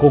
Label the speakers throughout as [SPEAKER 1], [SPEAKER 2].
[SPEAKER 1] こ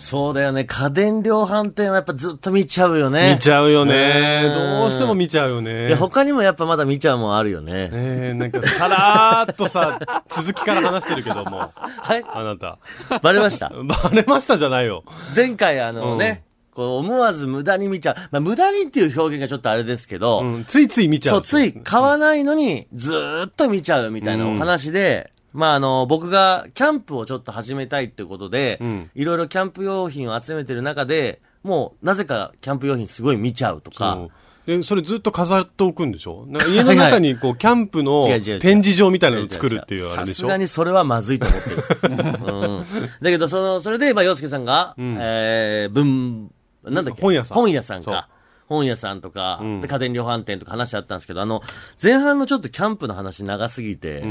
[SPEAKER 2] そうだよね。家電量販店はやっぱずっと見ちゃうよね。
[SPEAKER 3] 見ちゃうよね。
[SPEAKER 2] うん
[SPEAKER 3] どうしても見ちゃうよね。
[SPEAKER 2] いや、他にもやっぱまだ見ちゃうもんあるよね。
[SPEAKER 3] えー、なんかさらーっとさ、続きから話してるけども、
[SPEAKER 2] はい。
[SPEAKER 3] あなた。
[SPEAKER 2] バレま した。
[SPEAKER 3] バレましたじゃないよ。
[SPEAKER 2] 前回あのね、こう思わず無駄に見ちゃう。まあ、無駄にっていう表現がちょっとあれですけど、
[SPEAKER 3] うん、ついつい見ちゃう。
[SPEAKER 2] そう、つい買わないのにずーっと見ちゃうみたいなお話で、まああの、僕がキャンプをちょっと始めたいってことで、
[SPEAKER 3] ん
[SPEAKER 2] いろいろキャンプ用品を集めてる中で、もうなぜかキャンプ用品すごい見ちゃうとか、
[SPEAKER 3] そう。で、それずっと飾っておくんでしょなんか家の中に、こう、キャンプの
[SPEAKER 2] 違う違う違う
[SPEAKER 3] 展示場みたいなのを作るっていうあれでし
[SPEAKER 2] さす
[SPEAKER 3] ょ
[SPEAKER 2] がにそれはまずいと思 ってる。うん、だけど、その、それで、まあ、洋介さんが、えー、文、なんだっけ
[SPEAKER 3] 本屋さん
[SPEAKER 2] 本屋さん
[SPEAKER 3] そう
[SPEAKER 2] か。本屋さんとか、
[SPEAKER 3] ん
[SPEAKER 2] で家電量販店とか話あったんですけど、あの、前半のちょっとキャンプの話長すぎて、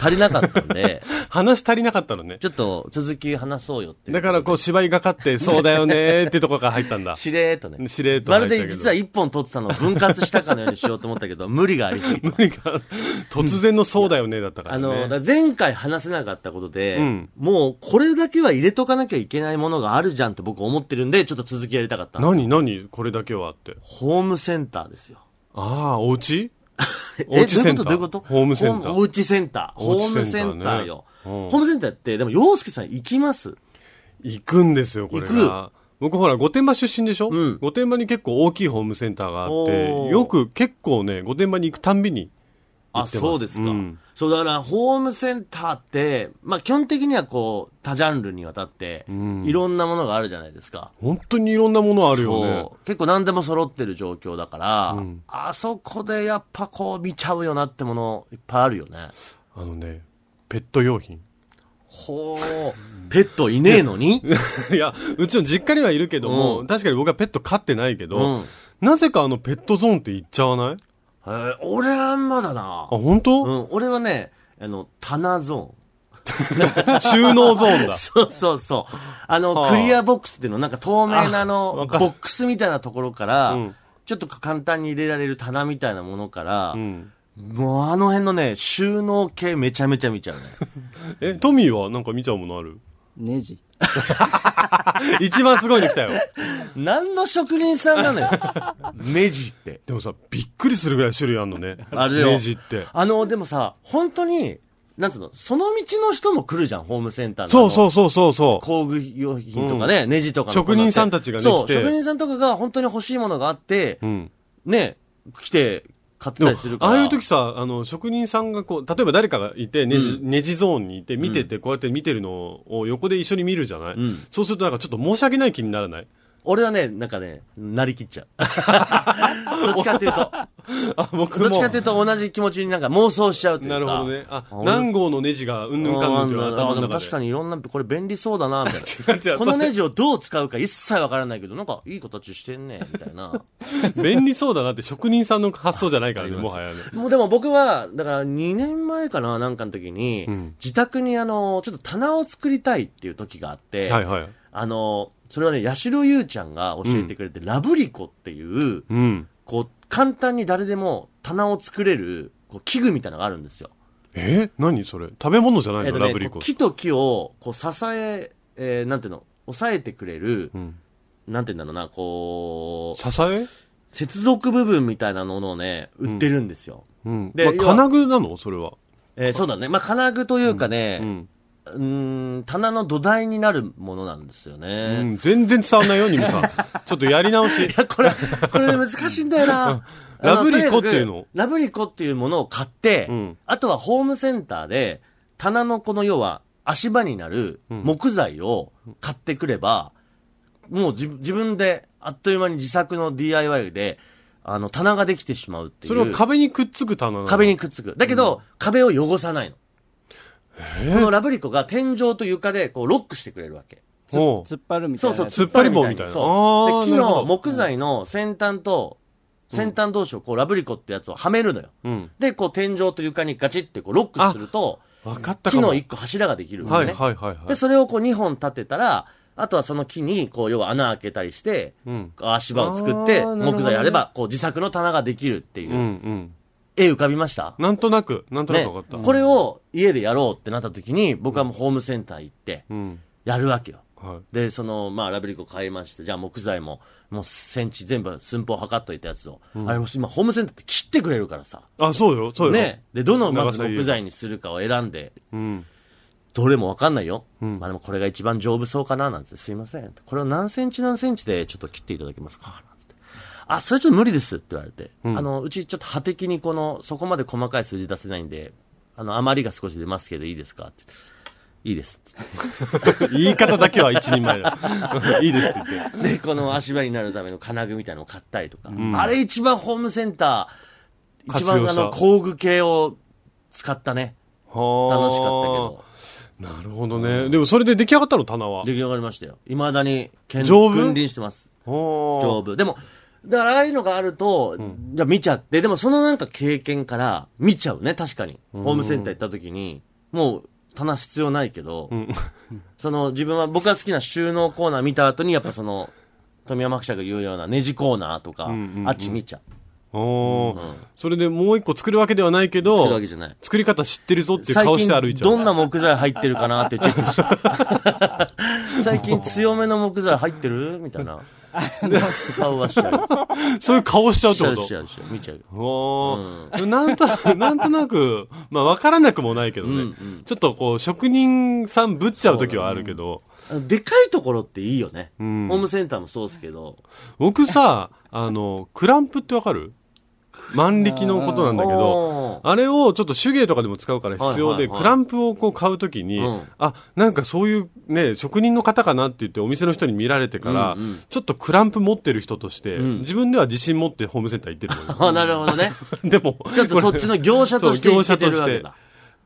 [SPEAKER 2] 足りなかったんで、
[SPEAKER 3] 話足りなかったのね。
[SPEAKER 2] ちょっと続き話そうよっていう。
[SPEAKER 3] だから、こう、芝居がかって、そうだよね ーっていうところから入ったんだ。
[SPEAKER 2] しれーっとね。
[SPEAKER 3] しれーっと
[SPEAKER 2] ま
[SPEAKER 3] 入っ
[SPEAKER 2] る
[SPEAKER 3] たけど
[SPEAKER 2] で実は一本取ってたのを分割したかのようにしようと思ったけど、無理がありすぎて。
[SPEAKER 3] 無理が、突然のそうだよねーだったか
[SPEAKER 2] あ
[SPEAKER 3] ら
[SPEAKER 2] の、だか
[SPEAKER 3] ね。
[SPEAKER 2] ら前回話せなかったことで、
[SPEAKER 3] うん
[SPEAKER 2] もうこれだけは入れとかなきゃいけないものがあるじゃんって僕思ってるんで、ちょっと続きやりたかったんです
[SPEAKER 3] 何何これだけはって。
[SPEAKER 2] ホームセンターですよ。
[SPEAKER 3] ああ、お家
[SPEAKER 2] え
[SPEAKER 3] おうちセンター
[SPEAKER 2] どういうことどういうこと
[SPEAKER 3] ホームセンター
[SPEAKER 2] ホおうちセンター。ホ
[SPEAKER 3] おう
[SPEAKER 2] ー
[SPEAKER 3] ち
[SPEAKER 2] ム
[SPEAKER 3] セ
[SPEAKER 2] セ
[SPEAKER 3] ンターね
[SPEAKER 2] ンターよ。
[SPEAKER 3] うん
[SPEAKER 2] ホームセンターって、でも、洋介さん行きます
[SPEAKER 3] 行くんですよ、これが。僕ほら、御殿場出身でしょ、
[SPEAKER 2] ん
[SPEAKER 3] 御殿場に結構大きいホームセンターがあっ
[SPEAKER 2] おー
[SPEAKER 3] て、よく結構ね、御殿場に行くたんびに、
[SPEAKER 2] あ、
[SPEAKER 3] ってます
[SPEAKER 2] そうですか、
[SPEAKER 3] うん
[SPEAKER 2] そう、だから、ホームセンターって、まあ、基本的にはこう、多ジャンルにわたって、いろんなものがあるじゃないですか。
[SPEAKER 3] 本当にいろんなものあるよね
[SPEAKER 2] そ。う結構何でも揃ってる状況だから、あそこでやっぱこう見ちゃうよなってものいっぱいあるよね。
[SPEAKER 3] あのね、ペット用 品。
[SPEAKER 2] ほう。 ペットいねえのに
[SPEAKER 3] いや、うちの実家にはいるけども、
[SPEAKER 2] う
[SPEAKER 3] 確かに僕はペット飼ってないけど、
[SPEAKER 2] うん
[SPEAKER 3] なぜかあのペットゾーンって行っちゃわない
[SPEAKER 2] えー俺はまだな
[SPEAKER 3] あ、。本当、
[SPEAKER 2] うん、俺はね、あの、棚ゾ
[SPEAKER 3] 収納ゾー
[SPEAKER 2] ー
[SPEAKER 3] ンだ
[SPEAKER 2] ン。。そうそうそう。あの、
[SPEAKER 3] はあ
[SPEAKER 2] クリアボックスっていうの、なんか透明なあ
[SPEAKER 3] あ
[SPEAKER 2] の、
[SPEAKER 3] わ
[SPEAKER 2] ボ
[SPEAKER 3] かる
[SPEAKER 2] ックスみたいなところから、
[SPEAKER 3] うん
[SPEAKER 2] ちょっと簡単に入れられる棚みたいなものから、
[SPEAKER 3] うん、
[SPEAKER 2] もうあの辺のね、収納系めちゃめちゃ見ちゃうね。
[SPEAKER 3] え、トミーはなんか見ちゃうものある
[SPEAKER 4] ネジ。
[SPEAKER 3] 一番すごいの来たよ。
[SPEAKER 2] 何の職人さんなの よ。ネジって。
[SPEAKER 3] でもさ、びっくりするぐらい種類あるのね。
[SPEAKER 2] あるよ
[SPEAKER 3] ネジって。
[SPEAKER 2] あの、でもさ、本当に、なんつうの、その道の人も来るじゃん、ホームセンターの。。
[SPEAKER 3] そうそううそうそうそう。
[SPEAKER 2] 工具用品とかね、ネジとかの
[SPEAKER 3] 職人さんたちがね
[SPEAKER 2] そう、
[SPEAKER 3] 来て
[SPEAKER 2] 職人さんとかが本当に欲しいものがあって、
[SPEAKER 3] うん。
[SPEAKER 2] ね、来て買ってた
[SPEAKER 3] でも
[SPEAKER 2] りするから。
[SPEAKER 3] ああいう時さ、あの、職人さんがこう、例えば誰かがいて、ネジ、ネジゾーンにいて、見てて、こうやって見てるのを横で一緒に見るじゃない、
[SPEAKER 2] ん
[SPEAKER 3] そうするとなんかちょっと申し訳ない気にならない
[SPEAKER 2] 俺はね、なんかね、なりきっちゃう。 どっちかっていうと、
[SPEAKER 3] あ、僕
[SPEAKER 2] ど
[SPEAKER 3] も。
[SPEAKER 2] っちかっていうと同じ気持ちになんか妄想しちゃうというか。
[SPEAKER 3] なるほどね。あ
[SPEAKER 2] あ、
[SPEAKER 3] 何号のネジがうんぬんかんぬんっていうのは頭
[SPEAKER 2] あで
[SPEAKER 3] の
[SPEAKER 2] も
[SPEAKER 3] 中で。
[SPEAKER 2] 確かにいろんな、これ便利そうだな、みたいな。
[SPEAKER 3] 違う違う
[SPEAKER 2] このネジをどう使うか一切わからないけど、なんかいい形してんね、みたいな。
[SPEAKER 3] 便利そうだなって職人さんの発想じゃないからね、
[SPEAKER 2] あり
[SPEAKER 3] も
[SPEAKER 2] ます
[SPEAKER 3] はやね。
[SPEAKER 2] もうでも僕は、だから2年前かな、なんかの時に、
[SPEAKER 3] ん
[SPEAKER 2] 自宅にあの、ちょっと棚を作りたいっていう時があって、
[SPEAKER 3] はいはい。
[SPEAKER 2] あの、それはね、八代優ちゃんが教えてくれて、ラブリコっていう、
[SPEAKER 3] うん。
[SPEAKER 2] こう、簡単に誰でも棚を作れる、こう、器具みたいなのがあるんですよ。
[SPEAKER 3] え何それ食べ物じゃないの、
[SPEAKER 2] えっと
[SPEAKER 3] ラブ
[SPEAKER 2] ね、
[SPEAKER 3] リ
[SPEAKER 2] こ
[SPEAKER 3] コ
[SPEAKER 2] う。木と木を、こう、支え、えーなんていうの、押さえてくれる、
[SPEAKER 3] ん
[SPEAKER 2] なんていうんだろうな、こう、
[SPEAKER 3] 支え
[SPEAKER 2] 接続部分みたいなものをね、売ってるんですよ。
[SPEAKER 3] うん。
[SPEAKER 2] で
[SPEAKER 3] まあ、
[SPEAKER 2] 要は
[SPEAKER 3] 金具なのそれは。
[SPEAKER 2] えーそうだね。まあ、金具というかね、
[SPEAKER 3] うん。
[SPEAKER 2] うーん、棚の土台になるものなんですよね。
[SPEAKER 3] う
[SPEAKER 2] い
[SPEAKER 3] ん、全然伝わんないよ、ニム さん。ちょっとやり直し。
[SPEAKER 2] や、 これ、これ難しいんだよな。
[SPEAKER 3] うんラブリコっていうの
[SPEAKER 2] あとにかくラブリコっていうものを買って、
[SPEAKER 3] うん
[SPEAKER 2] あとはホームセンターで、棚のこの要は足場になる木材を買ってくれば、もう自自分であっという間に自作の DIY で、あの、棚ができてしまうっていう。
[SPEAKER 3] それは壁にくっつく棚なの
[SPEAKER 2] 壁にくっつく。だけど、壁を汚さないの。このラブリコが天井と床でこうロックしてくれるわけ。
[SPEAKER 4] つ
[SPEAKER 3] おう
[SPEAKER 4] 突っ張るみたい
[SPEAKER 2] そう
[SPEAKER 4] な。
[SPEAKER 2] そう、
[SPEAKER 3] 突っ張り棒みたいな
[SPEAKER 2] そう
[SPEAKER 3] あー
[SPEAKER 2] で木
[SPEAKER 3] なるほ
[SPEAKER 2] の
[SPEAKER 3] ど
[SPEAKER 2] 木材の先端と、先端同士をこうラブリコってやつをはめるのよ。
[SPEAKER 3] うん。
[SPEAKER 2] で、こう天井と床にガチってこうロックすると、
[SPEAKER 3] わかった
[SPEAKER 2] 木
[SPEAKER 3] かも。
[SPEAKER 2] の一個柱ができるのね。
[SPEAKER 3] はいはいはいはい。
[SPEAKER 2] で、それをこう2本立てたら、あとはその木に、こう、要は穴開けたりして、
[SPEAKER 3] うん。
[SPEAKER 2] 足場を作って、
[SPEAKER 3] あーなるほどね
[SPEAKER 2] 木材やれば、こう、自作の棚ができるっていう。
[SPEAKER 3] うんうん。
[SPEAKER 2] 絵浮かびました
[SPEAKER 3] なんとなく、なんとなくわかった。
[SPEAKER 2] これを家でやろうってなった時に、僕はもうホームセンター行って、
[SPEAKER 3] うん。
[SPEAKER 2] やるわけよ。
[SPEAKER 3] は
[SPEAKER 2] で、その、まあ、ラベリコ買いまして、じゃあ木材も、もうセンチ全部寸法測っといたやつを。あれ、今ホームセンターって切ってくれるからさ。
[SPEAKER 3] い。あ、そうよ、そうよ。
[SPEAKER 2] ね。で、どのまず
[SPEAKER 3] 長さいいよ
[SPEAKER 2] 木材にするかを選んで、
[SPEAKER 3] うん。
[SPEAKER 2] どれもわかんないよ。まあでもこれが一番丈夫そうかな、なんつって、すいません。これを何センチ何センチでちょっと切っていただけますか、なんつって。あ、それちょっと無理ですって言われて。あの、うちちょっと派的にこの、そこまで細かい数字出せないんで、あの、余りが少し出ますけどいいですかって。いいですっ
[SPEAKER 3] 言い方だけは一人前だ。 いいですって言って。
[SPEAKER 2] て。で、この足場になるための金具みたいなのを買ったりとか。あれ一番ホームセンター、一
[SPEAKER 3] 活用
[SPEAKER 2] 番
[SPEAKER 3] した
[SPEAKER 2] あの、工具系を使ったね。楽
[SPEAKER 3] 楽
[SPEAKER 2] しかったけど。
[SPEAKER 3] けど。なるほどね。でもそれで出来上がったの、棚は。
[SPEAKER 2] 出来上がりましたよ。未だに、剣
[SPEAKER 3] 丈夫
[SPEAKER 2] 君臨してます。
[SPEAKER 3] おー
[SPEAKER 2] 丈夫。でも、だからああいうのがあると、じゃあ見ちゃって、でもそのなんか経験から見ちゃうね、確かに。ホームセンター行った時に、もう棚必要ないけど、その自分は、僕が好きな収納コーナー見た後に、やっぱその、富山記者が言うようなネジコーナーとか、あっち見ちゃう。
[SPEAKER 3] おーそれでもう一個作るわけではないけど、
[SPEAKER 2] 作るわけじゃない。
[SPEAKER 3] 作り方知ってるぞっていう
[SPEAKER 2] 最
[SPEAKER 3] 顔して歩い
[SPEAKER 2] 近、
[SPEAKER 3] ちゃう。
[SPEAKER 2] どんな木材入ってるかなってチェック して。最近強めの木材入ってるみたいな。顔はしちゃう。
[SPEAKER 3] そういう顔しちゃうっ
[SPEAKER 2] してちゃう、
[SPEAKER 3] こと
[SPEAKER 2] しちゃう、しちゃう。見ちゃう。
[SPEAKER 3] おーなんと、 なんとなく、まあ分からなくもないけどね。ちょっとこう、職人さんぶっちゃう時はあるけど、
[SPEAKER 2] あのでかいところっていいよね、
[SPEAKER 3] ん
[SPEAKER 2] ホームセンターもそうですけど
[SPEAKER 3] 僕さ、あの、クランプってわかる万力のことなんだけど、
[SPEAKER 2] おー
[SPEAKER 3] あれをちょっと手芸とかでも使うから必要
[SPEAKER 2] はいはい
[SPEAKER 3] で、
[SPEAKER 2] はい
[SPEAKER 3] クランプをこう買うときに、
[SPEAKER 2] うん
[SPEAKER 3] あ、なんかそういうね、職人の方かなって言ってお店の人に見られてから、
[SPEAKER 2] うんうん
[SPEAKER 3] ちょっとクランプ持ってる人として、
[SPEAKER 2] ん
[SPEAKER 3] 自分では自信持ってホームセンター行ってるのよ
[SPEAKER 2] あなるほどね
[SPEAKER 3] でも、
[SPEAKER 2] ちょっとそっちの業者として
[SPEAKER 3] そう
[SPEAKER 2] 生き
[SPEAKER 3] 業者
[SPEAKER 2] て
[SPEAKER 3] と
[SPEAKER 2] る
[SPEAKER 3] し
[SPEAKER 2] わけ
[SPEAKER 3] て
[SPEAKER 2] だ。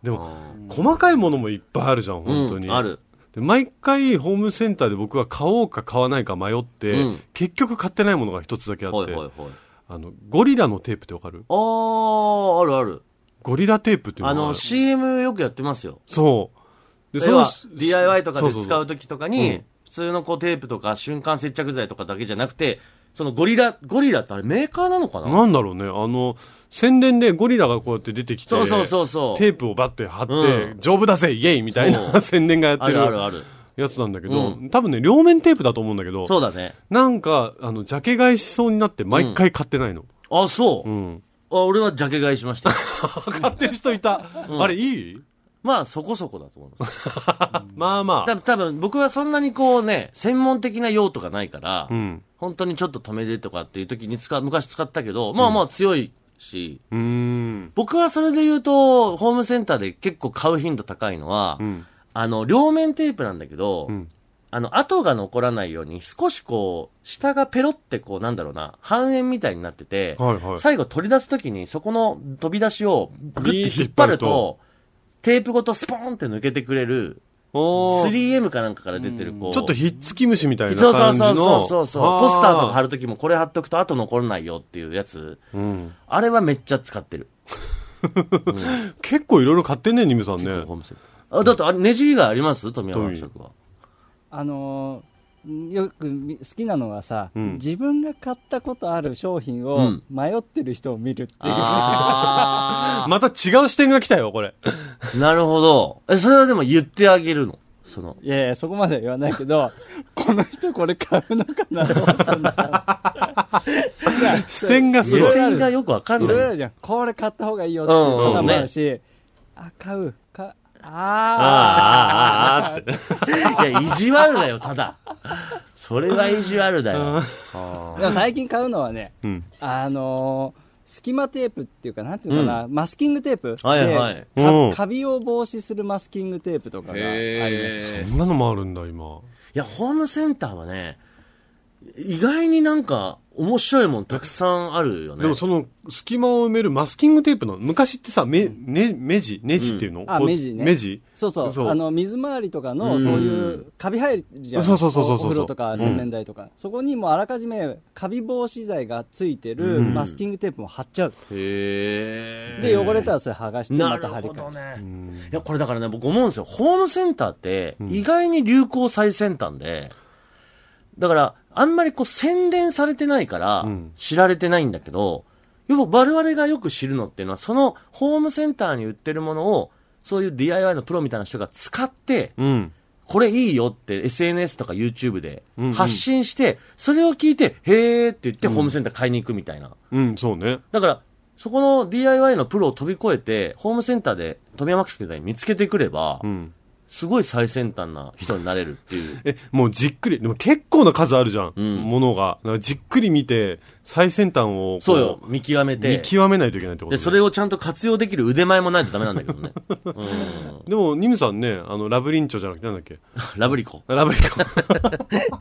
[SPEAKER 3] でも、細かいものもいっぱいあるじゃん、本当に。
[SPEAKER 2] うんある
[SPEAKER 3] で毎回ホームセンターで僕は買おうか買わないか迷って、
[SPEAKER 2] うん
[SPEAKER 3] 結局買ってないものが一つだけあって、
[SPEAKER 2] ほいほいほい
[SPEAKER 3] あの、ゴリラのテープってわかる
[SPEAKER 2] あああるある
[SPEAKER 3] ゴリラテープっていう
[SPEAKER 2] あ
[SPEAKER 3] のが
[SPEAKER 2] の CM よくやってますよ
[SPEAKER 3] そう。で
[SPEAKER 2] それは
[SPEAKER 3] し
[SPEAKER 2] DIY とかで
[SPEAKER 3] そ
[SPEAKER 2] 使
[SPEAKER 3] そう
[SPEAKER 2] 時とかに普通のこうテープとか瞬間接着剤とかだけじゃなくてそのゴリラゴリラってあれメーカーなのか
[SPEAKER 3] そ
[SPEAKER 2] な
[SPEAKER 3] うなんだろうね、あの、宣伝でゴリラがこうやって出てきて、
[SPEAKER 2] そうそうそうそう
[SPEAKER 3] テープをバッて貼って、
[SPEAKER 2] うん
[SPEAKER 3] 丈夫だぜイエイみたい
[SPEAKER 2] そ
[SPEAKER 3] な 宣伝がやって
[SPEAKER 2] あるある
[SPEAKER 3] る
[SPEAKER 2] ある
[SPEAKER 3] やつなんだけど、
[SPEAKER 2] う
[SPEAKER 3] 多分ね、両面テープだと思うんだけど、
[SPEAKER 2] そうだね
[SPEAKER 3] なんか、あの、ジャケ買いしそうになって毎回買ってないの。
[SPEAKER 2] あそう、
[SPEAKER 3] うん
[SPEAKER 2] あ俺はジャケ買いしました
[SPEAKER 3] 買ってる人いた。 あれいい
[SPEAKER 2] まあそこそこだと思います
[SPEAKER 3] まあまあ。
[SPEAKER 2] 多分多分僕はそんなにこうね、専門的な用途がないから、
[SPEAKER 3] うん。
[SPEAKER 2] 本当にちょっと止めるとかっていう時に使う、昔使ったけど、まあまあ強いし、
[SPEAKER 3] うーん。
[SPEAKER 2] 僕はそれで言うと、ホームセンターで結構買う頻度高いのは、
[SPEAKER 3] うん。
[SPEAKER 2] あの、両面テープなんだけど、
[SPEAKER 3] ん
[SPEAKER 2] あの、跡が残らないように少しこう、下がペロってこう、なんだろうな、半円みたいになってて、
[SPEAKER 3] はいはい。
[SPEAKER 2] 最後取り出す時にそこの飛び出しをグッて引っ張る
[SPEAKER 3] ビーッて引っ張る
[SPEAKER 2] と、テープごとスポーンって抜けてくれる、
[SPEAKER 3] おー
[SPEAKER 2] 3M かなんかから出てる、こう。
[SPEAKER 3] ちょっとひっつき虫みたいな
[SPEAKER 2] そうそ
[SPEAKER 3] 感
[SPEAKER 2] う
[SPEAKER 3] じ
[SPEAKER 2] そう
[SPEAKER 3] の。
[SPEAKER 2] そうそうそう。ポスターとか貼
[SPEAKER 3] る。
[SPEAKER 2] るときもこれ貼っとくと後残らないよっていうやつ。
[SPEAKER 3] うん。
[SPEAKER 2] あれはめっちゃ使ってる。
[SPEAKER 3] 結構いろいろ買ってんね、ニムさんね。
[SPEAKER 2] ホームセンター。あだってあれネジ以外あります富山食は。
[SPEAKER 4] あのーよくみ好きなのはさ、
[SPEAKER 3] うん
[SPEAKER 4] 自分が買ったことある商品
[SPEAKER 2] う
[SPEAKER 4] を
[SPEAKER 2] ん
[SPEAKER 4] 迷ってる人を見るっていう、
[SPEAKER 2] あ
[SPEAKER 3] また違う視点が来たよ、これ。
[SPEAKER 2] ー。なるほど。え、それはでも言ってあげるの。その。
[SPEAKER 4] いやいやそこまでは言わないけど この人これ買うのか なと思ったんだ
[SPEAKER 3] 視点がす
[SPEAKER 2] 目
[SPEAKER 3] ごい。
[SPEAKER 2] 線がよくわか
[SPEAKER 4] い
[SPEAKER 2] ん
[SPEAKER 4] ろいろあ
[SPEAKER 2] ない。
[SPEAKER 4] るじゃんこれ買った方がいいよっていうのもあるし、あ買うかあ
[SPEAKER 2] あーあーあーあーって。いや、意地悪だよ、ただ。それは意地悪だよ。
[SPEAKER 4] あでも最近買うのはね
[SPEAKER 3] うん。
[SPEAKER 4] あのー隙間テープっていうかなんていうのかな、マスキングテープで、
[SPEAKER 2] はいはい
[SPEAKER 4] か
[SPEAKER 3] うん
[SPEAKER 4] カビを防止するマスキングテープとかがあります
[SPEAKER 3] そんなのもあるんだ、今。
[SPEAKER 2] いや、ホームセンターはね、意外になんか、面白いもんたくさんあるよね。
[SPEAKER 3] でもその隙間を埋めるマスキングテープの、昔ってさ、め、ね、目地ネジっていうの、
[SPEAKER 4] あ
[SPEAKER 3] こう
[SPEAKER 4] 目地ね
[SPEAKER 3] 目地
[SPEAKER 4] そうそう
[SPEAKER 3] そう
[SPEAKER 4] あの水回りとか
[SPEAKER 2] う
[SPEAKER 4] の
[SPEAKER 2] ん
[SPEAKER 4] そういうカビ入るじゃん
[SPEAKER 3] そうそうそうそうそう
[SPEAKER 4] おお風呂とか
[SPEAKER 3] うん
[SPEAKER 4] 洗面台とか、そこにもうあらかじめカビ防止剤がついてる
[SPEAKER 3] うん
[SPEAKER 4] マスキングテープも貼っちゃう、
[SPEAKER 2] へえ。
[SPEAKER 4] で汚れたらそれ剥がして
[SPEAKER 2] な
[SPEAKER 4] ま
[SPEAKER 2] る
[SPEAKER 4] た貼り
[SPEAKER 2] ほ
[SPEAKER 4] 替え
[SPEAKER 2] ど
[SPEAKER 4] る
[SPEAKER 2] ね。いや、これだからね、僕思うんですよ。ホームセンターって、意外に流行最先端で、だから、あんまりこう宣伝されてないから
[SPEAKER 3] ん、
[SPEAKER 2] 知られてないんだけど、よく我々がよく知るのっていうのは、そのホームセンターに売ってるものを、そういう DIY のプロみたいな人が使って、
[SPEAKER 3] うん。
[SPEAKER 2] これいいよって SNS とか YouTube で
[SPEAKER 3] うんうん
[SPEAKER 2] 発信して、それを聞いて、へーって言ってホームセンター買いに行くみたいな。
[SPEAKER 3] うん、そうね。
[SPEAKER 2] だから、そこの DIY のプロを飛び越えて、ホームセンターで富山区で見つけてくれば、
[SPEAKER 3] うん。
[SPEAKER 2] すごい最先端な人になれるって いう。
[SPEAKER 3] え、もうじっくり、でも結構な数あるじゃん、
[SPEAKER 2] ん
[SPEAKER 3] ものが。だからじっくり見て、最先端をこ
[SPEAKER 2] そうよ、見極め
[SPEAKER 3] 見
[SPEAKER 2] て。
[SPEAKER 3] 極めないといけないってこと、
[SPEAKER 2] で、
[SPEAKER 3] ね、
[SPEAKER 2] それをちゃんと活用できる腕前もないとダメ なんだけどね。うん
[SPEAKER 3] でも、ニムさんね、あの、ラブリンチョじゃなくてなんだっけ
[SPEAKER 2] ラブリコ。
[SPEAKER 3] ラブリンチョ。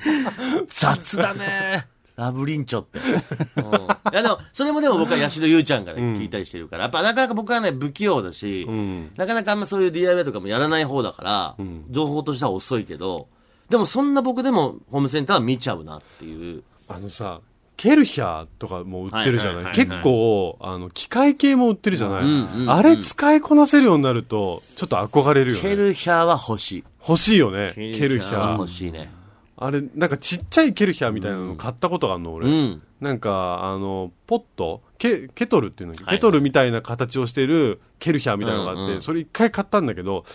[SPEAKER 2] 雑だね。ラブリンチョ って。うんいやでも、それもでも僕はヤシロユウちゃんから聞いたりしてるから、やっぱなかなか僕はね、不器用だし、
[SPEAKER 3] ん
[SPEAKER 2] なかなかあんまそういう DIY とかもやらない方だから、情報としては遅いけど、でもそんな僕でもホームセンターは見ちゃうなっていう。
[SPEAKER 3] あのさ、ケルヒャーとかも売ってるじゃ
[SPEAKER 2] はい
[SPEAKER 3] な
[SPEAKER 2] はいいはいはい
[SPEAKER 3] 結構、あの、機械系も売ってるじゃない、
[SPEAKER 2] うんうんうん
[SPEAKER 3] あれ使いこなせるようになると、ちょっと憧れるよ
[SPEAKER 2] ケ
[SPEAKER 3] ね。
[SPEAKER 2] ルヒャーは欲しい。
[SPEAKER 3] 欲しいよね。ケルヒ
[SPEAKER 2] は
[SPEAKER 3] ャ
[SPEAKER 2] 欲
[SPEAKER 3] ー。
[SPEAKER 2] しいね。
[SPEAKER 3] あれ、なんかちっちゃいケルヒャーみたいなの買ったことがあるの、俺。
[SPEAKER 2] うん。
[SPEAKER 3] なんか、あの、ポットケ、ケトルっていうの、
[SPEAKER 2] はい
[SPEAKER 3] ケトルみたいな形をしているケルヒャーみたいなのがあって、
[SPEAKER 2] うんうん
[SPEAKER 3] それ一回買ったんだけど、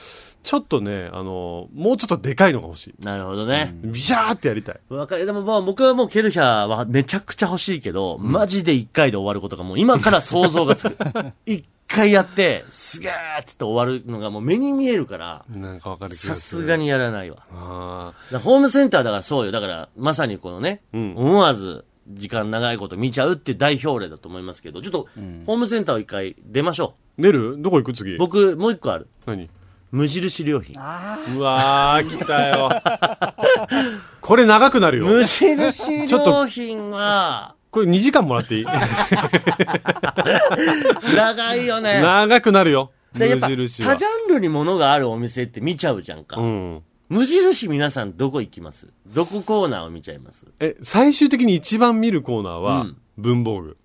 [SPEAKER 3] ちょっとね、あの、もうちょっとでかいのが欲しい。
[SPEAKER 2] なるほどね。
[SPEAKER 3] ビシャーってやりたい。
[SPEAKER 2] わかる。でもまあ僕はもうケルヒャーはめちゃくちゃ欲しいけど、マジで一回で終わることがもう今から想像がつ く。一回やって、すげーっつって終わるのがもう目に見えるから、
[SPEAKER 3] なんかわかる気がする。
[SPEAKER 2] さすが
[SPEAKER 3] に。
[SPEAKER 2] にやらないわ。だからホームセンターだからそうよ。だからまさにこのね、
[SPEAKER 3] ん
[SPEAKER 2] 思わず時間長いこと見ちゃうっていう代表例だと思いますけど、ちょっとホームセンターを一回出ましょ
[SPEAKER 3] 出るどこ行く次
[SPEAKER 2] う。僕もう一個ある。
[SPEAKER 3] 何
[SPEAKER 2] 無印良品。
[SPEAKER 3] うわー、来たよ。 これ長くなるよ。
[SPEAKER 2] 無印
[SPEAKER 3] ちょっと
[SPEAKER 2] 良品は、
[SPEAKER 3] これ2時間もらってい い
[SPEAKER 2] 長いよね。
[SPEAKER 3] 長くなるよ。無
[SPEAKER 2] でやっぱ他
[SPEAKER 3] 印は
[SPEAKER 2] ジ。ャンルにものがあるお店って見ちゃうじゃんか。
[SPEAKER 3] うん。
[SPEAKER 2] 無印皆さんどこ行きますどこコーナーを見ちゃいます
[SPEAKER 3] え、最終的に一番見るコーナー
[SPEAKER 2] う
[SPEAKER 3] は
[SPEAKER 2] ん、
[SPEAKER 3] 文房具。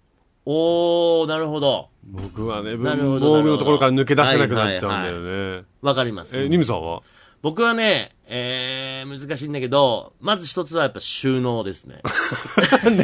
[SPEAKER 2] おー、なるほど。
[SPEAKER 3] 僕はね、
[SPEAKER 2] なるほどな
[SPEAKER 3] 文
[SPEAKER 2] るほど
[SPEAKER 3] 房具のところから抜け出せなくなっちゃうんだよね。
[SPEAKER 2] わかります。
[SPEAKER 3] え、ニムさんは
[SPEAKER 2] 僕はね、えー、難しいんだけど、まず一つはやっぱ収納ですね。
[SPEAKER 3] ね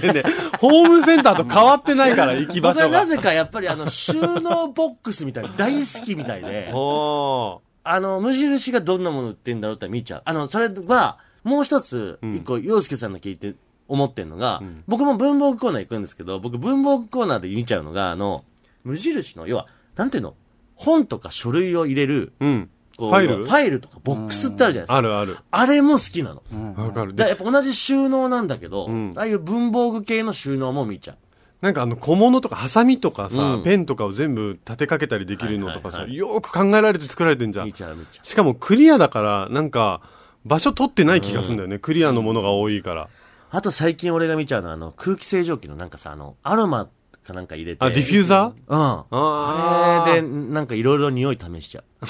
[SPEAKER 3] えねえホームセンターと変わってないから、行き 場
[SPEAKER 2] 僕は
[SPEAKER 3] 所が
[SPEAKER 2] な。ぜかやっぱりあの収納ボックスみたいな大好きみたいで、
[SPEAKER 3] お
[SPEAKER 2] あの、無印がどんなもの売ってんだろうって見ちゃう。あの、それは、もう一つ、一個、洋介さんの聞いて思ってんのが、僕も文房具コーナー行くんですけど、僕文房具コーナーで見ちゃうのが、あの、無印の、要は、なんていうの本とか書類を入れる、
[SPEAKER 3] ーうん。
[SPEAKER 2] こう
[SPEAKER 3] ファイル
[SPEAKER 2] ファイルとかボックスってあるじゃないですか。
[SPEAKER 3] あるある。
[SPEAKER 2] あれも好きなの。
[SPEAKER 3] わかる。
[SPEAKER 2] だから
[SPEAKER 3] で、
[SPEAKER 2] やっぱ同じ収納なんだけど、
[SPEAKER 3] ん
[SPEAKER 2] ああいう文房具系の収納も見ちゃう。
[SPEAKER 3] なんかあの小物とかハサミとかさ
[SPEAKER 2] う、ん
[SPEAKER 3] ペンとかを全部立てかけたりできるのとか
[SPEAKER 2] はい
[SPEAKER 3] さ、
[SPEAKER 2] はい
[SPEAKER 3] よーく考えられて作られてんじゃん
[SPEAKER 2] 見。ちゃう、見ちゃう。
[SPEAKER 3] しかもクリアだから、なんか、場所取ってない気がするんだよね。クリアのものが多いから。
[SPEAKER 2] あと最近俺が見ちゃうのは、あの、空気清浄機のなんかさ、あの、アロマかなんか入れて。
[SPEAKER 3] あ、ディフューザー
[SPEAKER 2] うん。
[SPEAKER 3] あ
[SPEAKER 2] あれ
[SPEAKER 3] ー
[SPEAKER 2] で、なんかいろいろ匂い試しちゃう。うん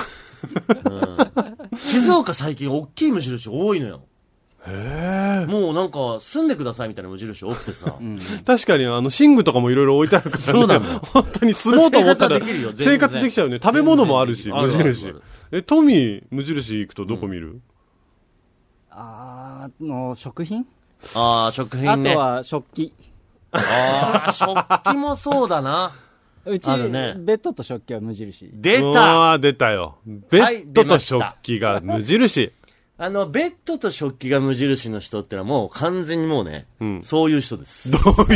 [SPEAKER 2] 静岡最近大きい無印多いのよ。もうなんか住んでくださいみたいな無印多くてさ。
[SPEAKER 3] 確かに、あの、寝具とかもいろいろ置いてあるから、
[SPEAKER 2] そうなのよ
[SPEAKER 3] 本当に住もうと思った
[SPEAKER 2] 生活は
[SPEAKER 3] ら
[SPEAKER 2] できるよ全然
[SPEAKER 3] 生活できちゃうね。食べ物もあるし、
[SPEAKER 2] 全然
[SPEAKER 3] 無
[SPEAKER 2] あ
[SPEAKER 3] 印
[SPEAKER 2] るある。
[SPEAKER 3] え、トミー、無印行くとどこ見る
[SPEAKER 4] あーの食品
[SPEAKER 2] ああ、食
[SPEAKER 4] あ
[SPEAKER 2] 品
[SPEAKER 4] と
[SPEAKER 2] ね。あ
[SPEAKER 4] は食器
[SPEAKER 2] あー、食器もそうだな。
[SPEAKER 4] うち、
[SPEAKER 2] あるね
[SPEAKER 4] ベッドと食器は無印
[SPEAKER 2] 出
[SPEAKER 3] う
[SPEAKER 2] た
[SPEAKER 3] わー出たよ。ベッドと食器が無 印。
[SPEAKER 2] あの、ベッドと食器が無印の人ってのはもう完全にもうね、
[SPEAKER 3] ん
[SPEAKER 2] そういう人です。
[SPEAKER 3] そう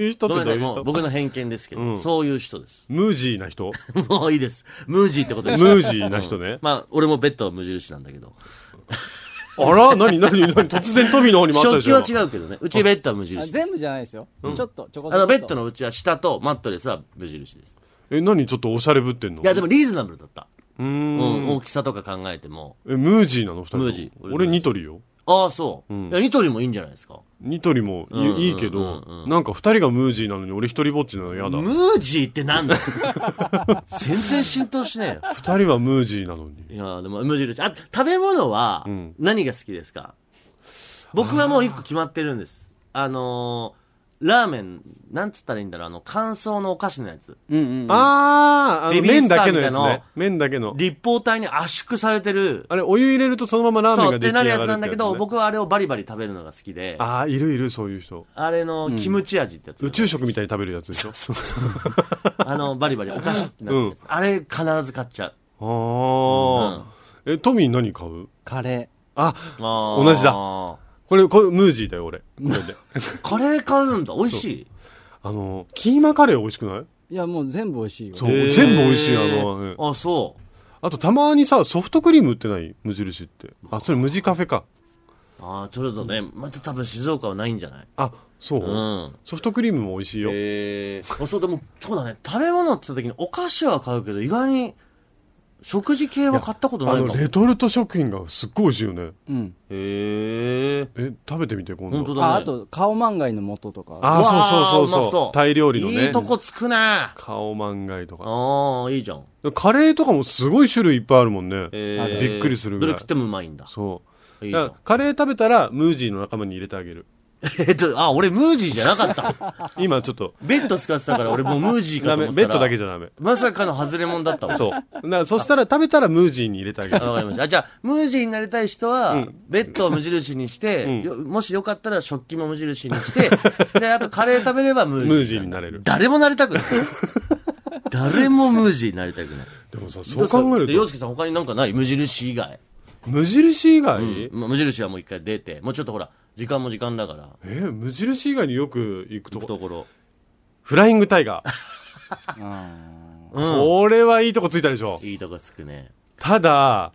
[SPEAKER 3] いう人っ
[SPEAKER 2] ごめんな
[SPEAKER 3] てどう
[SPEAKER 2] さい、
[SPEAKER 3] いう
[SPEAKER 2] もう
[SPEAKER 3] 人
[SPEAKER 2] 僕の偏見ですけど、
[SPEAKER 3] うん
[SPEAKER 2] そういう人です。
[SPEAKER 3] ムージーな人
[SPEAKER 2] もういいです。ムージーってことで
[SPEAKER 3] ム
[SPEAKER 2] す。
[SPEAKER 3] ージーな 人ね。
[SPEAKER 2] まあ、俺もベッドは無印なんだけど。
[SPEAKER 3] あら何何何突然トミーの方にもあった
[SPEAKER 2] 食
[SPEAKER 3] で
[SPEAKER 2] 器
[SPEAKER 3] しょ
[SPEAKER 2] は。違うけどね。うちベッドは無印
[SPEAKER 4] あ
[SPEAKER 2] です。
[SPEAKER 4] 全部じゃないですよ、ちょっとちょこちょこっと
[SPEAKER 2] あの、ベッドのうちは下とマットレスは無印です。
[SPEAKER 3] え、何ちょっとおしゃれぶってんの
[SPEAKER 2] いや、でもリーズナブルだった。
[SPEAKER 3] う
[SPEAKER 2] うん、
[SPEAKER 3] ーん。
[SPEAKER 2] 大きさとか考えても。
[SPEAKER 3] え、ムージーなの二人とも。
[SPEAKER 2] ムージー
[SPEAKER 3] 俺ニトリよ。
[SPEAKER 2] ああ、そう。いや、ニトリもいいんじゃないですか。
[SPEAKER 3] ニトリもいい,、
[SPEAKER 2] うん
[SPEAKER 3] いいけど、なんか二人がムージーなのに俺一人ぼっちなの嫌だ。
[SPEAKER 2] ムージーってなんだ全然浸透しねえよ。
[SPEAKER 3] 二人はムージーなのに。
[SPEAKER 2] いやでも無印。あ、食べ物は
[SPEAKER 3] うん
[SPEAKER 2] 何が好きですか、僕はもう一個決まってるんです。あのー、ラーメン、なんつったらいいんだろう、あの、乾燥のお菓子のやつ。
[SPEAKER 4] うんうん。
[SPEAKER 3] あーあの、
[SPEAKER 2] ベビー
[SPEAKER 3] 麺
[SPEAKER 2] スタ
[SPEAKER 3] だ
[SPEAKER 2] ー
[SPEAKER 3] け
[SPEAKER 2] み
[SPEAKER 3] の
[SPEAKER 2] たい
[SPEAKER 3] や
[SPEAKER 2] な
[SPEAKER 3] つ
[SPEAKER 2] の
[SPEAKER 3] ね。麺だけの。
[SPEAKER 2] 立方体に圧縮されてる、
[SPEAKER 3] あれ、お湯入れるとそのままラーメン
[SPEAKER 2] そう
[SPEAKER 3] が
[SPEAKER 2] っ
[SPEAKER 3] 出
[SPEAKER 2] て
[SPEAKER 3] 来
[SPEAKER 2] な
[SPEAKER 3] 上
[SPEAKER 2] る
[SPEAKER 3] が
[SPEAKER 2] やつ
[SPEAKER 3] るってやつね
[SPEAKER 2] なんだけど、僕はあれをバリバリ食べるのが好きで、あ
[SPEAKER 3] ああ、いるいる、そういう人。
[SPEAKER 2] れのキムチ味ってやつ、
[SPEAKER 3] 宇宙食みたいに食べるやつでしょ。
[SPEAKER 2] あの、バリバリお菓子ってなってるやつ、あれ必ず買っちゃう。
[SPEAKER 3] ああ。え、トミー何買う
[SPEAKER 4] カレ
[SPEAKER 3] あ、
[SPEAKER 2] 同
[SPEAKER 3] じだこれ、これ、ムージーだよ、俺。こ れで。
[SPEAKER 2] カレー買うんだ。美味しい。
[SPEAKER 3] あの、キーマカレー美味しくない
[SPEAKER 4] ー。いや、もう全部美味しいよ。
[SPEAKER 3] そう
[SPEAKER 2] へー
[SPEAKER 3] 全部美味しいあのね
[SPEAKER 2] あ、そう。
[SPEAKER 3] あと、たまにさ、ソフトクリーム売ってない無印って。あ、それ無地カフェか。
[SPEAKER 2] ああ、ちょっとね、また多分静岡はないんじゃない
[SPEAKER 3] あ、そう、
[SPEAKER 2] うん。
[SPEAKER 3] ソフトクリームも美味しいよ。
[SPEAKER 2] えー、あそう、でも、そうだね。食べ物って言った時にお菓子は買うけど、意外に、食事系は買ったことない
[SPEAKER 3] あ
[SPEAKER 2] か
[SPEAKER 3] の、
[SPEAKER 2] も。
[SPEAKER 3] レトルト食品がすっごい美味しいよね。
[SPEAKER 4] うん。
[SPEAKER 2] えー、
[SPEAKER 3] え、食べてみて、今
[SPEAKER 2] 本
[SPEAKER 3] 度
[SPEAKER 2] 当。だね。
[SPEAKER 4] あ、あと、顔まんがいの素とか。
[SPEAKER 3] あ、
[SPEAKER 2] う
[SPEAKER 3] そう
[SPEAKER 2] わ
[SPEAKER 3] そ
[SPEAKER 2] ー
[SPEAKER 3] うそう
[SPEAKER 2] う
[SPEAKER 3] そう
[SPEAKER 2] まそう
[SPEAKER 3] タイ料理のね。
[SPEAKER 2] いいとこつくな
[SPEAKER 3] 顔まんがいとか。
[SPEAKER 2] ああ、いいじゃん。
[SPEAKER 3] カレーとかもすごい種類いっぱいあるもんね。
[SPEAKER 2] え
[SPEAKER 4] ある
[SPEAKER 2] ー、
[SPEAKER 3] びっくりするぐ
[SPEAKER 2] ど
[SPEAKER 3] らい
[SPEAKER 2] れ食ってもうまいんだ。
[SPEAKER 3] そう。
[SPEAKER 2] いいじゃ
[SPEAKER 3] だか
[SPEAKER 2] ん
[SPEAKER 3] ら。カレー食べたら、ムージーの仲間に入れてあ げる。
[SPEAKER 2] えっと、あ、俺ムージーじゃなかった。
[SPEAKER 3] 今ちょっと、
[SPEAKER 2] ベッド使ってたから俺もうムージーか
[SPEAKER 3] ダ
[SPEAKER 2] と
[SPEAKER 3] メ。
[SPEAKER 2] 思って
[SPEAKER 3] ベ
[SPEAKER 2] たら。
[SPEAKER 3] ッドだけじゃダメ。
[SPEAKER 2] まさかの外れもんだったわ。
[SPEAKER 3] そう。だからそしたら食べたらムージーに入れてあげ
[SPEAKER 2] あ
[SPEAKER 3] る。
[SPEAKER 2] わかりました。あじゃあ、無印になりたい人は、
[SPEAKER 3] うん
[SPEAKER 2] ベッドを無印にして、
[SPEAKER 3] うん
[SPEAKER 2] よもしよかったら食器も無印に して、で、あとカレー食べれば無
[SPEAKER 3] ムー
[SPEAKER 2] 印。
[SPEAKER 3] ジーになれる。
[SPEAKER 2] 誰もなりたく ない。誰も無印になりたくない。
[SPEAKER 3] でもさ、そう考える
[SPEAKER 2] で洋
[SPEAKER 3] と、
[SPEAKER 2] 介さん他になんかない無印以外。
[SPEAKER 3] 無印以外、
[SPEAKER 2] まあ無印はもう一回出て、もうちょっとほら、時間も時間だから、
[SPEAKER 3] えー無印以外によく行くとこ。
[SPEAKER 2] 懐。
[SPEAKER 3] フライングタイガー。
[SPEAKER 2] うん。
[SPEAKER 3] これはいいとこついたでしょ。
[SPEAKER 2] いいとこつく ね。
[SPEAKER 3] ただ、